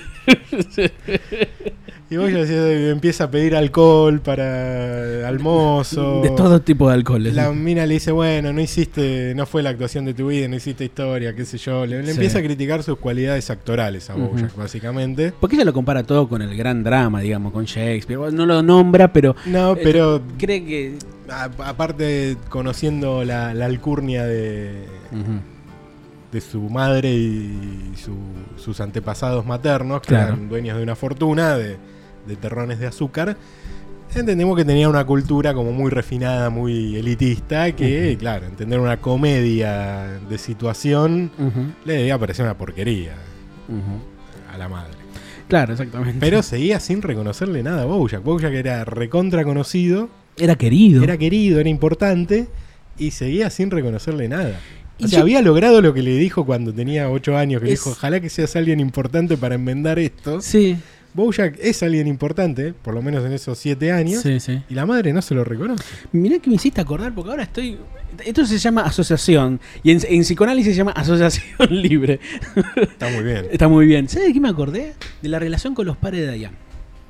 Speaker 1: Y vos ya decías, empieza a pedir alcohol para al mozo.
Speaker 2: De todo tipo de alcoholes.
Speaker 1: La mina le dice, bueno, no hiciste, no fue la actuación de tu vida, no hiciste historia, qué sé yo. Le, le
Speaker 2: Sí.
Speaker 1: empieza a criticar sus cualidades actorales a
Speaker 2: Ujú.
Speaker 1: Bojack, básicamente.
Speaker 2: Porque ella lo compara todo con el gran drama, digamos, con Shakespeare. Bueno, No lo nombra, pero
Speaker 1: No,
Speaker 2: Eh,
Speaker 1: pero
Speaker 2: cree que...
Speaker 1: a- aparte conociendo la, la alcurnia de,
Speaker 2: Ujú.
Speaker 1: de su madre y su- sus antepasados maternos, que
Speaker 2: Claro.
Speaker 1: eran dueños de una fortuna, de, de terrones de azúcar, entendemos que tenía una cultura como muy refinada, muy elitista, que, claro, entender una comedia de situación
Speaker 2: Ujú.
Speaker 1: le debía parecer una porquería
Speaker 2: Ujú.
Speaker 1: a la madre.
Speaker 2: Claro, exactamente.
Speaker 1: Pero seguía sin reconocerle nada a Bojack. Bojack era recontra conocido,
Speaker 2: era querido.
Speaker 1: era querido, era importante, y seguía sin reconocerle nada. O
Speaker 2: Y
Speaker 1: sea,
Speaker 2: yo-
Speaker 1: había logrado lo que le dijo cuando tenía 8 años, que le
Speaker 2: Es-
Speaker 1: dijo, ojalá que seas alguien importante para enmendar esto.
Speaker 2: Sí,
Speaker 1: Bojack es alguien importante, por lo menos en esos 7 años,
Speaker 2: sí, sí.
Speaker 1: y la madre no se lo reconoce.
Speaker 2: Mirá que me hiciste acordar porque ahora estoy. Esto se llama asociación. Y en, en psicoanálisis se llama asociación libre.
Speaker 1: Está muy bien.
Speaker 2: Está muy bien. ¿Sabes de qué me acordé? De la relación con los padres de Dayan.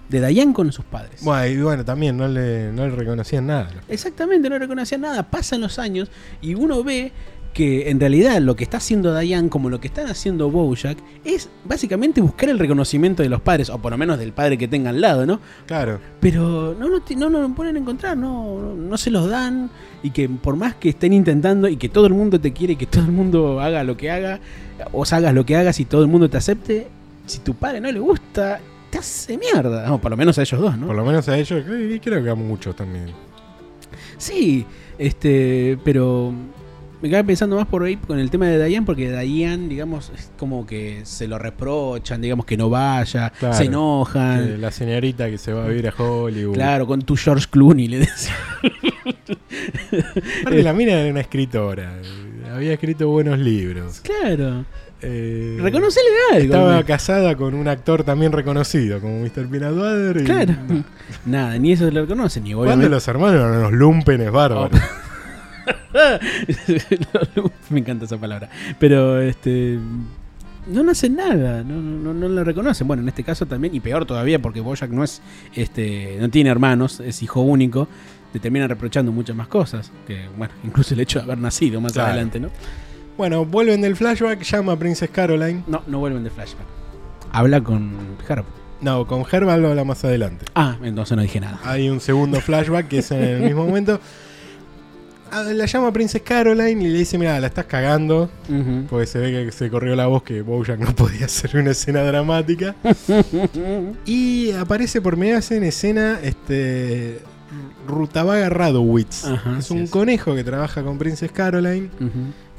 Speaker 2: De Dayan con sus padres.
Speaker 1: Bueno, y bueno, también no le, no le reconocían nada.
Speaker 2: Exactamente, no reconocía nada. Pasan los años y uno ve que en realidad lo que está haciendo Dayan, como lo que están haciendo Bojack, es básicamente buscar el reconocimiento de los padres, o por lo menos del padre que tenga al lado, ¿no?
Speaker 1: Claro.
Speaker 2: Pero no lo, ti- no, no lo pueden encontrar, no, no, no se los dan. Y que por más que estén intentando y que todo el mundo te quiere y que todo el mundo haga lo que haga, o hagas lo que hagas y todo el mundo te acepte, si tu padre no le gusta, te hace mierda. O por lo menos a ellos dos,
Speaker 1: Por
Speaker 2: ¿no?
Speaker 1: lo menos a ellos, y creo que a muchos también.
Speaker 2: Sí, este, pero me quedaba pensando más por ahí con el tema de Dayan, porque Dayan, digamos, es como que se lo reprochan, digamos que no vaya,
Speaker 1: Claro.
Speaker 2: se enojan.
Speaker 1: Que Eh, la señorita que se va a vivir a Hollywood.
Speaker 2: Ah. Claro, con tu George Clooney le decía.
Speaker 1: Aparte, la mina era una escritora. Había escrito buenos libros.
Speaker 2: Claro.
Speaker 1: Eh,
Speaker 2: Reconocele algo.
Speaker 1: Estaba casada con un actor también reconocido, como Mr. Peanut Butter, y-
Speaker 2: Claro. Nada, ni eso lo reconocen, ni
Speaker 1: ¿Cuándo
Speaker 2: obviamente. Oh.
Speaker 1: los hermanos eran unos lumpenes bárbaros?
Speaker 2: Me encanta esa palabra. Pero este. No no hacen nada, no, no, no lo reconocen. Bueno, en este caso también, y peor todavía, porque Boyack no es. Este. no tiene hermanos, es hijo único. Te terminan reprochando muchas más cosas. Que, bueno, incluso el hecho de haber nacido más
Speaker 1: Claro.
Speaker 2: adelante, ¿no?
Speaker 1: Bueno, vuelven del flashback, llama a Princess Caroline.
Speaker 2: No, no vuelven de flashback. Habla con Harp.
Speaker 1: No, con Herbal lo habla más adelante.
Speaker 2: Ah, entonces no dije nada.
Speaker 1: Hay un segundo flashback que es en el mismo momento. Ah, La llama Princess Caroline y le dice, mira, la estás cagando.
Speaker 2: Ujú.
Speaker 1: Porque se ve que se corrió la voz que Bojack no podía hacer una escena dramática. Y aparece por primera vez en escena este Rutabaga Radowitz.
Speaker 2: Ajá,
Speaker 1: es
Speaker 2: sí,
Speaker 1: un
Speaker 2: sí.
Speaker 1: conejo que trabaja con Princess Caroline.
Speaker 2: Ujú.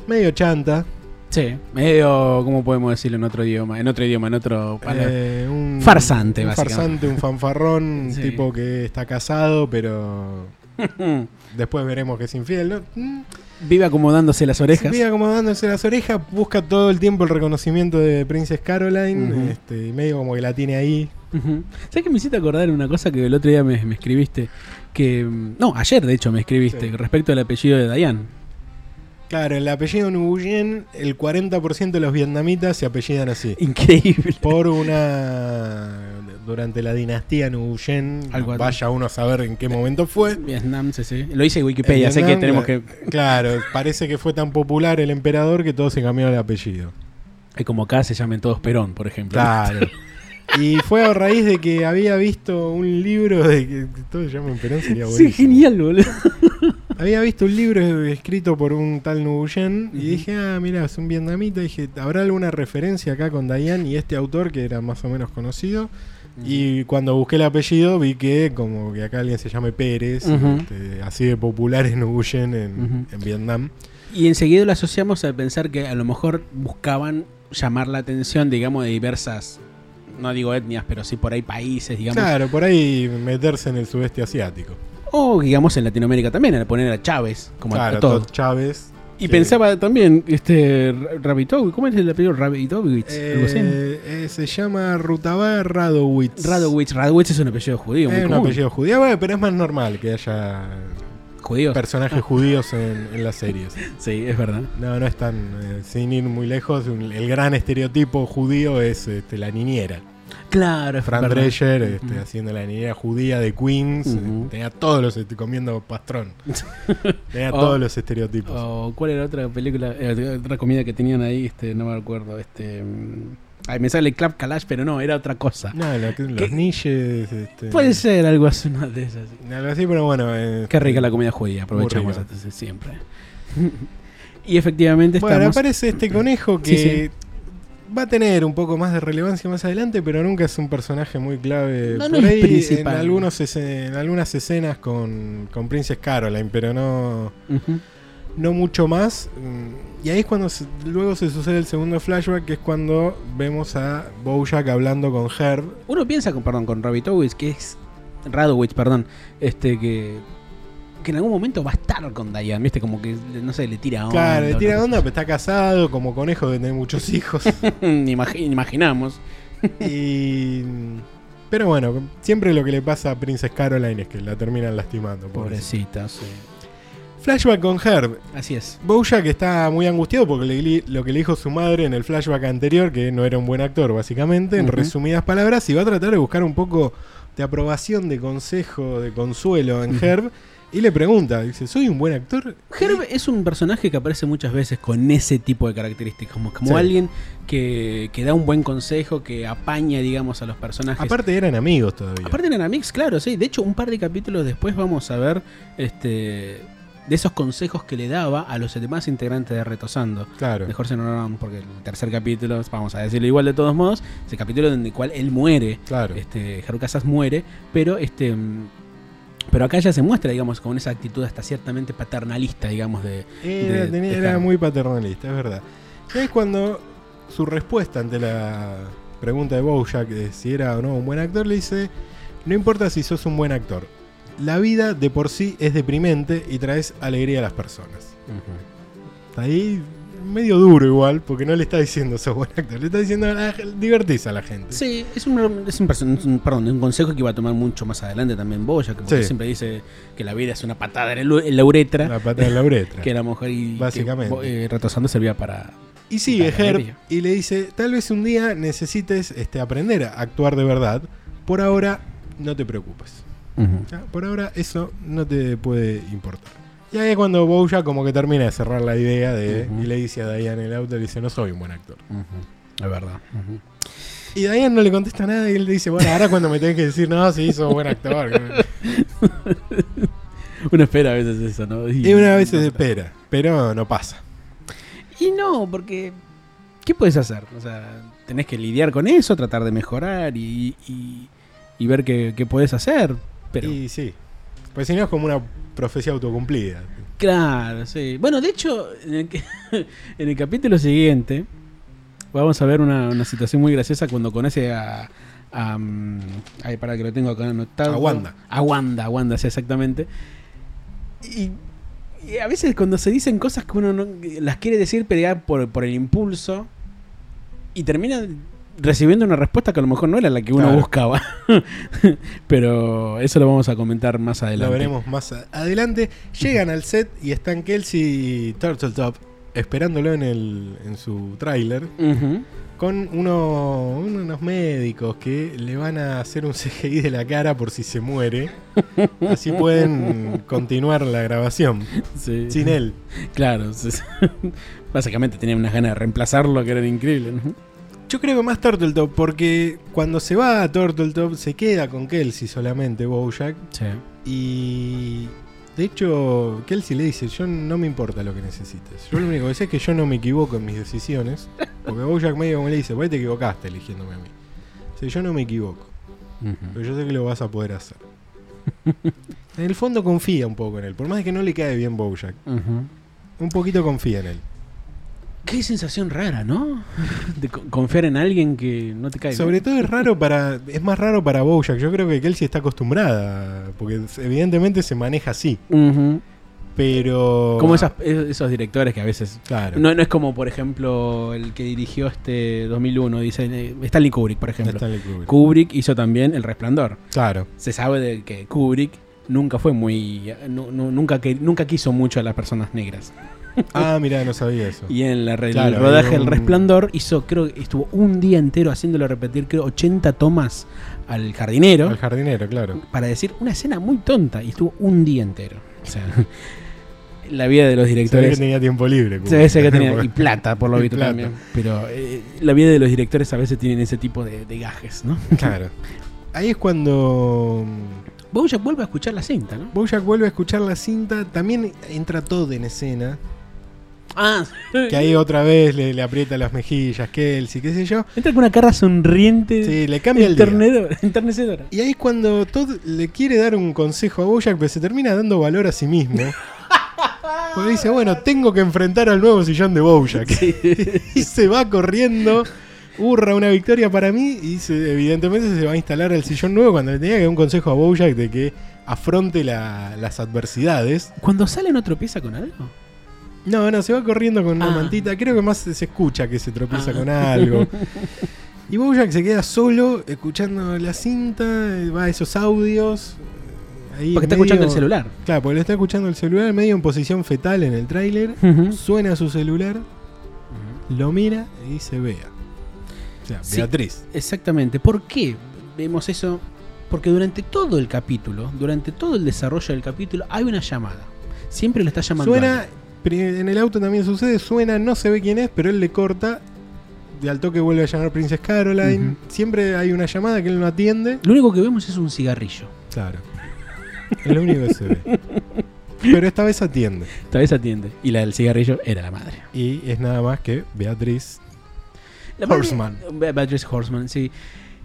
Speaker 1: Medio chanta.
Speaker 2: Sí, medio, ¿cómo podemos decirlo en otro idioma? En otro idioma, en otro palabra.
Speaker 1: eh, un
Speaker 2: Farsante,
Speaker 1: un
Speaker 2: básicamente.
Speaker 1: farsante, un fanfarrón, un
Speaker 2: Sí.
Speaker 1: tipo que está casado, pero
Speaker 2: Mm.
Speaker 1: después veremos que es infiel, ¿no? Mm.
Speaker 2: Vive acomodándose las orejas.
Speaker 1: Sigue acomodándose las orejas, busca todo el tiempo el reconocimiento de Princess Caroline,
Speaker 2: Ujú.
Speaker 1: este, y medio como que la tiene ahí.
Speaker 2: Ujú. ¿Sabes que me hiciste acordar una cosa que el otro día me, me escribiste? Que, mm, no, ayer de hecho me escribiste
Speaker 1: Sí.
Speaker 2: respecto al apellido de Dayan.
Speaker 1: Claro, el apellido Nguyen, el 40% de los vietnamitas se apellidan así.
Speaker 2: Increíble.
Speaker 1: Por una... Durante la dinastía Nguyen,
Speaker 2: Algo así.
Speaker 1: vaya uno a saber en qué momento fue.
Speaker 2: Vietnam, sí, sí. Lo hice en Wikipedia, sé que
Speaker 1: Vietnam,
Speaker 2: tenemos que...
Speaker 1: Claro, parece que fue tan popular el emperador que todos se cambiaron el apellido.
Speaker 2: eh, Como acá se llamen todos Perón, por ejemplo.
Speaker 1: Claro. Y fue a raíz de que había visto un libro de que todos llaman Perón sería
Speaker 2: Sí,
Speaker 1: buenísimo.
Speaker 2: genial, boludo.
Speaker 1: Había visto un libro escrito por un tal Nguyen
Speaker 2: Ujú.
Speaker 1: y dije, ah, mira, es un vietnamita. dije, ¿habrá alguna referencia acá con Dayan y este autor que era más o menos conocido? Y cuando busqué el apellido vi que como que acá alguien se llame Pérez,
Speaker 2: Ujú.
Speaker 1: este, así de popular es Nguyen en,
Speaker 2: Ujú.
Speaker 1: en Vietnam.
Speaker 2: Y enseguida lo asociamos a pensar que a lo mejor buscaban llamar la atención, digamos, de diversas, no digo etnias, pero sí por ahí países, digamos.
Speaker 1: Claro, por ahí meterse en el sudeste asiático.
Speaker 2: O, digamos, en Latinoamérica también, al poner a Chávez, como a-
Speaker 1: claro,
Speaker 2: a todo.
Speaker 1: Todd Chávez.
Speaker 2: Y
Speaker 1: Sí.
Speaker 2: pensaba también, este, Ra- Rabitovich, ¿cómo es el apellido Rabitovich? Algo así.
Speaker 1: Eh, eh, se llama Rutabaga Radowitz.
Speaker 2: Radowitz, Radowitz es un apellido judío, muy
Speaker 1: Es un
Speaker 2: común.
Speaker 1: apellido judío, bueno, pero es más normal que haya
Speaker 2: Judío.
Speaker 1: personajes judíos en, en las series.
Speaker 2: Sí, es verdad.
Speaker 1: No, no es tan. eh, sin ir muy lejos, un- el gran estereotipo judío es este, la niñera.
Speaker 2: Claro, es
Speaker 1: Fran
Speaker 2: verdad.
Speaker 1: Drescher este,
Speaker 2: Ujú.
Speaker 1: haciendo la niñera judía de Queens. eh,
Speaker 2: Ujú.
Speaker 1: Tenía todos los. este, comiendo pastrón. tenía
Speaker 2: O-
Speaker 1: todos los estereotipos.
Speaker 2: O, Oh, ¿Cuál era otra película, eh, otra comida que tenían ahí? Este, no me acuerdo. Este, mm, ay, me sale Clap Kalash, pero no, era otra cosa.
Speaker 1: No, lo que- los niches. Este,
Speaker 2: Puede ser algo así, una de esas.
Speaker 1: Algo así, pero bueno. eh,
Speaker 2: Qué rica la comida judía, aprovechamos
Speaker 1: rica.
Speaker 2: entonces siempre. y efectivamente
Speaker 1: Bueno,
Speaker 2: estamos...
Speaker 1: aparece este conejo que
Speaker 2: Sí,
Speaker 1: va a tener un poco más de relevancia más adelante, pero nunca es un personaje muy clave.
Speaker 2: No,
Speaker 1: Por
Speaker 2: no es
Speaker 1: ahí,
Speaker 2: principal.
Speaker 1: En, algunos esce- en algunas escenas con, con Princess Caroline, pero no,
Speaker 2: Ujú.
Speaker 1: no mucho más. Mm, Y ahí es cuando se- luego se sucede el segundo flashback, que es cuando vemos a Bojack hablando con Herb.
Speaker 2: Uno piensa con, perdón, con Rabbitowicz, que es. Radowitz, perdón. Este que. Que en algún momento va a estar con Diane, ¿viste? Como que, no sé, le tira onda.
Speaker 1: Claro, le tira
Speaker 2: Ah, ¿no?
Speaker 1: onda, pero está casado, como conejo de tener muchos hijos.
Speaker 2: Imagi- imaginamos.
Speaker 1: y... Pero bueno, siempre lo que le pasa a Princess Caroline es que la terminan lastimando. pobrecita.
Speaker 2: Pobrecita, sí.
Speaker 1: Flashback con Herb.
Speaker 2: Así es.
Speaker 1: Bojack está muy angustiado porque le- lo que le dijo su madre en el flashback anterior, que no era un buen actor, básicamente, en
Speaker 2: Ujú.
Speaker 1: resumidas palabras, y va a tratar de buscar un poco de aprobación, de consejo, de consuelo en Herb. Y le pregunta, dice, ¿soy un buen actor?
Speaker 2: Herb es un personaje que aparece muchas veces con ese tipo de características. Como, como
Speaker 1: Sí.
Speaker 2: alguien que, que da un buen consejo, que apaña, digamos, a los personajes.
Speaker 1: Aparte eran amigos todavía.
Speaker 2: Aparte en Anamix, claro, sí. De hecho, un par de capítulos después vamos a ver este de esos consejos que le daba a los demás integrantes de Retosando.
Speaker 1: claro.
Speaker 2: De Jorge Noron, porque el tercer capítulo, vamos a decirlo igual de todos modos, es el capítulo en el cual él muere.
Speaker 1: Claro.
Speaker 2: Este, Haru Casas muere, pero este. mm, Pero acá ya se muestra, digamos, con esa actitud hasta ciertamente paternalista, digamos, de.
Speaker 1: Era,
Speaker 2: de-
Speaker 1: tenía-
Speaker 2: de
Speaker 1: era
Speaker 2: Herb.
Speaker 1: muy paternalista, es verdad. Y ahí es cuando su respuesta ante la pregunta de Bojack de si era o no un buen actor, le dice, no importa si sos un buen actor, la vida de por sí es deprimente y traes alegría a las personas. Está ahí medio duro igual, porque no le está diciendo sos buen actor, le está diciendo "Ah, divertís a la gente.
Speaker 2: Sí, es un, es un perso- es un- perdón, es un consejo que iba a tomar mucho más adelante también Boya, que
Speaker 1: Sí.
Speaker 2: siempre dice que la vida es una patada en la- en la uretra.
Speaker 1: La pata de la uretra.
Speaker 2: que la mujer y
Speaker 1: Básicamente.
Speaker 2: que, eh, retrasando servía para
Speaker 1: Y sigue
Speaker 2: Está,
Speaker 1: Herb
Speaker 2: alegría.
Speaker 1: y le dice, tal vez un día necesites este, aprender a actuar de verdad, por ahora no te preocupes. Ya, Ah, Por ahora eso no te puede importar. Y ahí es cuando Bouya como que termina de cerrar la idea de
Speaker 2: Ujú.
Speaker 1: y le dice a Diane en el auto, le dice, no soy un buen actor.
Speaker 2: es verdad
Speaker 1: Y Diane no le contesta nada y él le dice, bueno, ahora cuando me tenés que decir, no, sí, sos buen actor.
Speaker 2: uno espera a veces eso no
Speaker 1: y una vez se espera, pero no pasa.
Speaker 2: y no porque qué puedes hacer o sea tenés que lidiar con eso tratar de mejorar y, y, y ver qué, qué puedes hacer pero
Speaker 1: Y sí, Pues si no es como una profecía autocumplida.
Speaker 2: Claro, sí. Bueno, de hecho, en el, que- en el capítulo siguiente vamos a ver una, una situación muy graciosa cuando conoce a... a, mm, ay, para que lo tengo acá anotado.
Speaker 1: A Wanda.
Speaker 2: A Wanda, a Wanda, sí, exactamente. Y, y a veces cuando se dicen cosas que uno no, que las quiere decir, pero ya por, por el impulso, y termina recibiendo una respuesta que a lo mejor no era la que uno
Speaker 1: Claro.
Speaker 2: buscaba. pero eso lo vamos a comentar más adelante.
Speaker 1: Lo veremos más a- adelante. Llegan al set y están Kelsey y Turtle Top esperándolo en, el, en su tráiler
Speaker 2: Ujú.
Speaker 1: con uno- unos médicos que le van a hacer un CGI de la cara por si se muere. Así pueden continuar la grabación
Speaker 2: Sí.
Speaker 1: sin él.
Speaker 2: Claro, sí, sí. básicamente tenían unas ganas de reemplazarlo que eran increíbles. ¿no?
Speaker 1: Yo creo que más Turtletop, porque cuando se va a Turtletop se queda con Kelsey solamente, Bojack.
Speaker 2: Sí.
Speaker 1: Y de hecho, Kelsey le dice, yo no me importa lo que necesites. Yo lo único que sé es que yo no me equivoco en mis decisiones. Porque Bojack medio como le dice, vos te equivocaste eligiéndome a mí. Dice, yo no me equivoco, pero yo sé que lo vas a poder hacer. En el fondo confía un poco en él, por más de que no le cae bien Bojack. Un poquito confía en él.
Speaker 2: Qué sensación rara, ¿no? De co- confiar en alguien que no te cae. bien.
Speaker 1: Sobre todo es raro para. Es más raro para Bojack. Yo creo que Kelsey está acostumbrada. Porque evidentemente se maneja así.
Speaker 2: Ujú.
Speaker 1: Pero.
Speaker 2: Como esas- es- esos directores que a veces.
Speaker 1: Oh. Claro.
Speaker 2: No, no es como, por ejemplo, el que dirigió este 2001, dice eh, Stanley Kubrick, por ejemplo.
Speaker 1: Stanley Kubrick.
Speaker 2: Kubrick hizo también El Resplandor.
Speaker 1: Claro.
Speaker 2: Se sabe de que Kubrick nunca fue muy. eh, nu- nu- nunca, que, nunca quiso mucho a las personas negras.
Speaker 1: Ah, mirá, no sabía eso.
Speaker 2: Y en la re-
Speaker 1: Claro,
Speaker 2: el rodaje
Speaker 1: era
Speaker 2: El
Speaker 1: un-
Speaker 2: Resplandor hizo, creo que estuvo un día entero haciéndolo repetir, creo, 80 tomas al jardinero
Speaker 1: El jardinero, claro.
Speaker 2: para decir una escena muy tonta. Y estuvo un día entero. O sea, la vida de los
Speaker 1: Se ve que
Speaker 2: directores.
Speaker 1: tenía tiempo libre.
Speaker 2: Se ve que tenía-
Speaker 1: Porque-
Speaker 2: y plata, por lo
Speaker 1: Y
Speaker 2: visto
Speaker 1: plata.
Speaker 2: también. Pero eh, la vida de los directores a veces tienen ese tipo de, de gajes, ¿no?
Speaker 1: Claro. Ahí es cuando
Speaker 2: Bojack vuelve a escuchar la cinta, ¿no?
Speaker 1: Bojack vuelve a escuchar la cinta. También entra Todd en escena.
Speaker 2: Ah,
Speaker 1: Que ahí otra vez le, le aprieta las mejillas, Kelsey, qué sé yo.
Speaker 2: entra con una cara sonriente,
Speaker 1: Sí, le cambia el día.
Speaker 2: enternedor- enternecedora.
Speaker 1: Y ahí es cuando Todd le quiere dar un consejo a Bojack, pero se termina dando valor a sí mismo. Porque dice, bueno, tengo que enfrentar al nuevo sillón de Bojack. Y se va corriendo, hurra una victoria para mí, y se- evidentemente se va a instalar el sillón nuevo cuando le tenía que dar un consejo a Bojack de que afronte la- las adversidades.
Speaker 2: Cuando sale no tropieza con algo.
Speaker 1: No, no, se va corriendo con una
Speaker 2: Ah.
Speaker 1: mantita. Creo que más se se escucha que se tropieza
Speaker 2: Ah.
Speaker 1: con algo. Y Bojack se queda solo escuchando la cinta, eh, va a esos audios. eh, Ahí
Speaker 2: Porque está
Speaker 1: medio-
Speaker 2: escuchando el celular.
Speaker 1: Claro, porque le está escuchando el celular, medio en posición fetal en el tráiler. Suena su celular, lo mira y se vea. O sea,
Speaker 2: Sí.
Speaker 1: Beatriz.
Speaker 2: Exactamente. ¿Por qué vemos eso? Porque durante todo el capítulo, durante todo el desarrollo del capítulo, hay una llamada. Siempre lo está llamando.
Speaker 1: Suena,
Speaker 2: alguien.
Speaker 1: pri- en el auto también sucede, suena, no se ve quién es, pero él le corta. De al toque vuelve a llamar Princess Caroline.
Speaker 2: Ujú.
Speaker 1: Siempre hay una llamada que él no atiende.
Speaker 2: Lo único que vemos es un cigarrillo.
Speaker 1: Claro. Es lo único que se ve. Pero esta vez atiende.
Speaker 2: Tal vez atiende. Y la del cigarrillo era la madre.
Speaker 1: Y es nada más que Beatriz.
Speaker 2: La
Speaker 1: Horseman.
Speaker 2: madre- Beatrice Horseman, sí.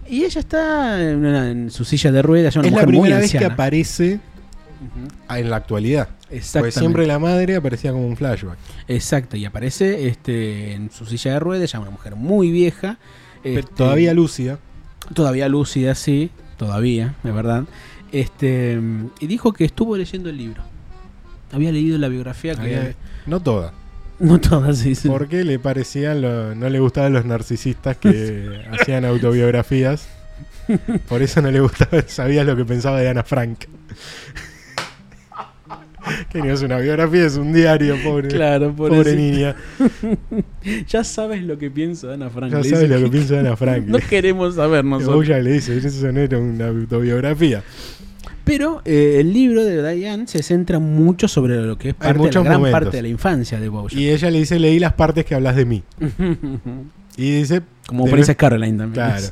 Speaker 2: Y ella está en, una- en su silla de ruedas. ya Una
Speaker 1: es la
Speaker 2: mujer muy
Speaker 1: primera vez que
Speaker 2: anciana.
Speaker 1: aparece
Speaker 2: Ujú.
Speaker 1: en la actualidad. Porque
Speaker 2: Exactamente.
Speaker 1: Pues siempre la madre aparecía como un flashback.
Speaker 2: Exacto. Y aparece este, en su silla de ruedas. Ya una mujer muy vieja.
Speaker 1: Pero
Speaker 2: este,
Speaker 1: todavía lúcida.
Speaker 2: Todavía lúcida, sí, todavía, de verdad. Este, y dijo que estuvo leyendo el libro. Había leído la biografía que.
Speaker 1: Había- No toda.
Speaker 2: No todas, sí, sí.
Speaker 1: Porque le parecían, lo- no le gustaban los narcisistas que hacían autobiografías. Por eso no le gustaba, sabías lo que pensaba de Ana Frank. que no es una biografía, es un diario, pobre.
Speaker 2: Claro, por
Speaker 1: pobre
Speaker 2: eso.
Speaker 1: niña.
Speaker 2: Ya sabes lo que pienso Ana Frank.
Speaker 1: Ya
Speaker 2: le
Speaker 1: sabes
Speaker 2: dice
Speaker 1: lo que
Speaker 2: que-
Speaker 1: piensa Ana Frank.
Speaker 2: No queremos saber nosotros.
Speaker 1: Bojack le dice, eso no era una autobiografía.
Speaker 2: Pero eh, el libro de Diane se centra mucho sobre lo que es parte, de la
Speaker 1: muchos
Speaker 2: gran
Speaker 1: momentos.
Speaker 2: parte de la infancia de Bojack.
Speaker 1: Y ella le dice, leí las partes que hablas de mí. Y dice,
Speaker 2: Como
Speaker 1: Debe-
Speaker 2: Princess Caroline también.
Speaker 1: Claro.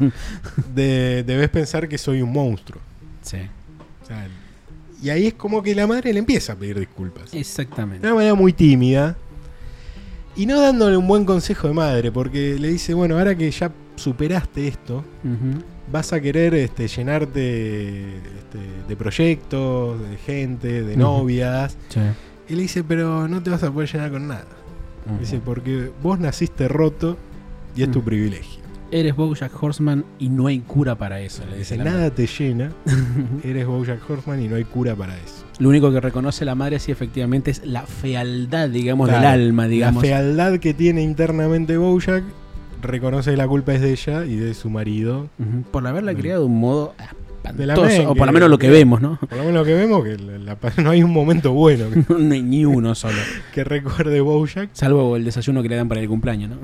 Speaker 1: "De- debes pensar que soy un monstruo.
Speaker 2: sí,
Speaker 1: O sea, y ahí es como que la madre le empieza a pedir disculpas. De
Speaker 2: exactamente.
Speaker 1: una manera muy tímida. Y no dándole un buen consejo de madre, porque le dice, bueno, ahora que ya superaste esto,
Speaker 2: Ujú.
Speaker 1: vas a querer este, llenarte este, de proyectos, de gente, de novias. Y le dice, pero no te vas a poder llenar con nada. Dice, porque vos naciste roto y es tu
Speaker 2: Mm.
Speaker 1: privilegio.
Speaker 2: Eres Bojack Horseman y no hay cura para eso, le dice
Speaker 1: Dice,
Speaker 2: la
Speaker 1: nada
Speaker 2: madre.
Speaker 1: te llena, eres Bojack Horseman y no hay cura para eso.
Speaker 2: Lo único que reconoce la madre, sí, efectivamente, es la fealdad, digamos,
Speaker 1: Claro,
Speaker 2: del alma, digamos.
Speaker 1: La fealdad que tiene internamente Bojack reconoce que la culpa es de ella y de su marido.
Speaker 2: Ujú, Por haberla
Speaker 1: Del-
Speaker 2: criado de un modo
Speaker 1: Mm. de la
Speaker 2: espantoso, o
Speaker 1: mengue,
Speaker 2: por lo menos lo que
Speaker 1: de-
Speaker 2: vemos, ¿no?
Speaker 1: Por lo menos lo que vemos, que la- la- no hay un momento bueno que,
Speaker 2: no hay ni uno solo.
Speaker 1: que recuerde Bojack,
Speaker 2: Salvo el desayuno que le dan para el cumpleaños, ¿no?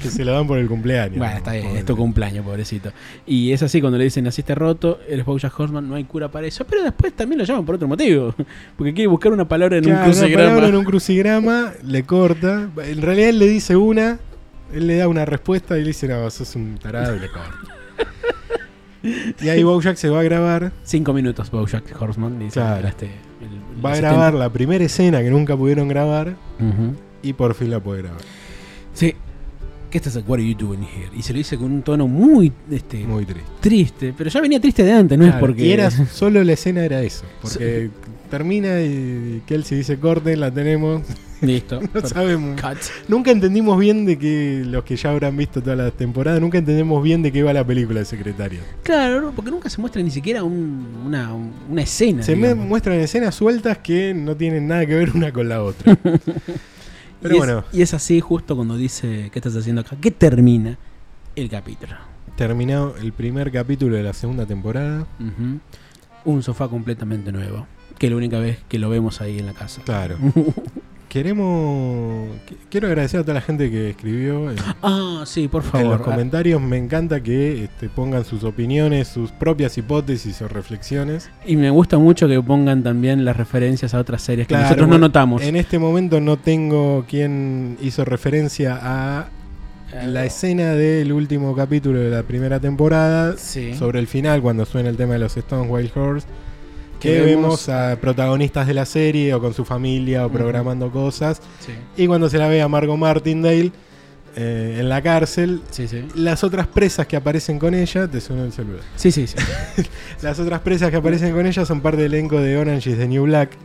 Speaker 1: que se lo dan por el cumpleaños.
Speaker 2: Bueno, está bien,
Speaker 1: Pobre.
Speaker 2: es tu cumpleaños, pobrecito. Y es así cuando le dicen, naciste roto, eres Bojack Horseman, no hay cura para eso. Pero después también lo llaman por otro motivo. Porque quiere buscar una palabra en un
Speaker 1: Claro, una
Speaker 2: crucigrama.
Speaker 1: palabra en un crucigrama, le corta. En realidad él le dice una, él le da una respuesta y le dice, no, sos un tarado y le corta. y ahí Bojack se va a grabar,
Speaker 2: Cinco minutos, Bojack Horseman, le dice,
Speaker 1: Claro.
Speaker 2: "Este, el-
Speaker 1: va a
Speaker 2: el
Speaker 1: grabar la primera escena que nunca pudieron grabar
Speaker 2: asistente". Ujú.
Speaker 1: y por fin la puede grabar.
Speaker 2: Sí. ¿Qué estás what are you doing here? Y se lo dice con un tono muy este,
Speaker 1: Muy triste.
Speaker 2: triste. Pero ya venía triste de antes, no es
Speaker 1: Claro,
Speaker 2: porque.
Speaker 1: Y era, solo la escena era eso. Porque termina y Kelsey dice corte, la tenemos.
Speaker 2: Listo.
Speaker 1: No sabemos.
Speaker 2: Cut.
Speaker 1: Nunca entendimos bien de que los que ya habrán visto toda la temporada, nunca entendemos bien de qué va la película de secretaria.
Speaker 2: Claro, no, porque nunca se muestra ni siquiera un- una, un- una escena.
Speaker 1: Se me
Speaker 2: digamos.
Speaker 1: muestran escenas sueltas que no tienen nada que ver una con la otra. Pero
Speaker 2: y,
Speaker 1: bueno,
Speaker 2: es, y es así justo cuando dice, ¿qué estás haciendo acá? Que termina el capítulo.
Speaker 1: terminado el primer capítulo de la segunda temporada.
Speaker 2: Ujú. Un sofá completamente nuevo. Que es la única vez que lo vemos ahí en la casa.
Speaker 1: Claro. Queremos. qu- Quiero agradecer a toda la gente que escribió en,
Speaker 2: ah, sí, por
Speaker 1: en los
Speaker 2: favor. Ah,
Speaker 1: comentarios. Me encanta que este, pongan sus opiniones, sus propias hipótesis o reflexiones.
Speaker 2: Y me gusta mucho que pongan también las referencias a otras series que
Speaker 1: Claro,
Speaker 2: nosotros
Speaker 1: bueno,
Speaker 2: no notamos.
Speaker 1: En este momento no tengo quien hizo referencia a la escena del último capítulo de la primera temporada.
Speaker 2: Sí.
Speaker 1: sobre el final cuando suena el tema de los Stones Wild Horse. Que
Speaker 2: Que
Speaker 1: vemos
Speaker 2: vemos-
Speaker 1: a protagonistas de la serie o con su familia o
Speaker 2: Ujú.
Speaker 1: programando cosas.
Speaker 2: Sí.
Speaker 1: Y cuando se la ve a Margot Martindale eh, en la cárcel,
Speaker 2: Sí, sí.
Speaker 1: las otras presas que aparecen con ella, te suena el celular.
Speaker 2: Sí, sí, sí.
Speaker 1: Las otras presas que aparecen con ella son parte del elenco de Orange is the New Black,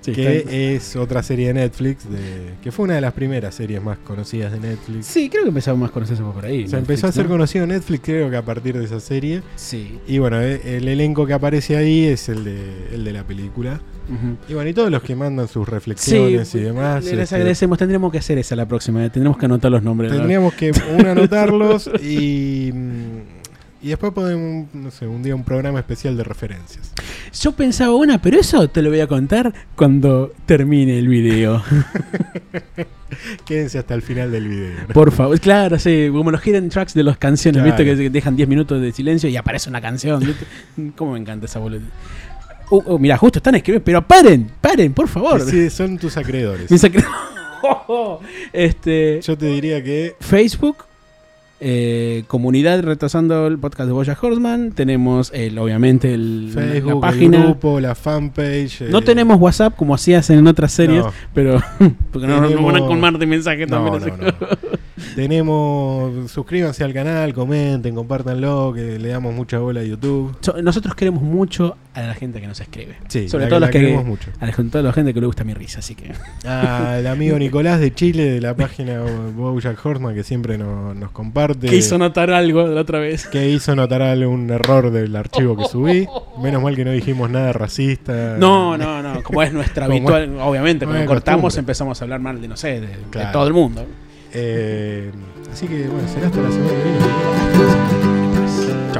Speaker 2: Sí, está-
Speaker 1: que es otra serie de Netflix, de- que fue una de las primeras series más conocidas de Netflix.
Speaker 2: sí, creo que empezamos más conocerse por
Speaker 1: Se
Speaker 2: ahí. Netflix,
Speaker 1: empezó a hacer
Speaker 2: ¿no?
Speaker 1: conocido Netflix creo que a partir de esa serie.
Speaker 2: Sí.
Speaker 1: Y bueno, eh, el elenco que aparece ahí es el de, el de la película.
Speaker 2: Ujú.
Speaker 1: Y bueno, y todos los que mandan sus
Speaker 2: Sí,
Speaker 1: reflexiones y demás.
Speaker 2: les
Speaker 1: este,
Speaker 2: agradecemos. Tendremos que hacer esa la próxima. eh. Tendremos que anotar los nombres. ¿no?
Speaker 1: tendríamos que uno, anotarlos y, mm, y después podemos, no sé, un día un programa especial de referencias.
Speaker 2: Yo pensaba una, pero eso te lo voy a contar cuando termine el video.
Speaker 1: Quédense hasta el final del video. ¿no?
Speaker 2: Por favor. Claro, sí. Como los hidden tracks de las canciones.
Speaker 1: Claro.
Speaker 2: ¿Viste? Que dejan 10 minutos de silencio y aparece una canción. ¿viste? ¿Cómo me encanta esa boleta? Uh, uh, mirá, justo están escribiendo. Pero paren, paren, por favor.
Speaker 1: Sí, son tus acreedores.
Speaker 2: Me sacré- este.
Speaker 1: Yo te diría que
Speaker 2: Facebook, eh, comunidad retrasando el podcast de Boya Horseman. Tenemos el, obviamente el,
Speaker 1: Facebook,
Speaker 2: la página.
Speaker 1: el grupo, la fanpage.
Speaker 2: no
Speaker 1: eh,
Speaker 2: tenemos WhatsApp como hacías en otras series,
Speaker 1: no,
Speaker 2: pero porque no nos
Speaker 1: Tenemos-
Speaker 2: van a colmar de mensajes
Speaker 1: no,
Speaker 2: también.
Speaker 1: no, no. tenemos. Suscríbanse al canal, comenten, compártanlo, que le damos mucha bola a YouTube.
Speaker 2: So- Nosotros queremos mucho a la gente que nos escribe.
Speaker 1: Sí,
Speaker 2: Sobre
Speaker 1: la-
Speaker 2: todo
Speaker 1: la
Speaker 2: los que-
Speaker 1: queremos mucho.
Speaker 2: A la, con toda la gente que le gusta mi risa, así que.
Speaker 1: Al Ah, amigo Nicolás de Chile de la página Bojack Horseman que siempre no- nos comparte.
Speaker 2: Que hizo notar algo la otra vez.
Speaker 1: que hizo notar algún error del archivo que subí. Menos mal que no dijimos nada racista.
Speaker 2: No, no, no. Como es nuestra
Speaker 1: Como
Speaker 2: habitual, obviamente,
Speaker 1: como
Speaker 2: cuando
Speaker 1: es
Speaker 2: cortamos
Speaker 1: costumbre.
Speaker 2: empezamos a hablar mal de, no sé, de- de
Speaker 1: Claro.
Speaker 2: todo el mundo.
Speaker 1: Eh, así que bueno, será hasta la semana que viene. Chao.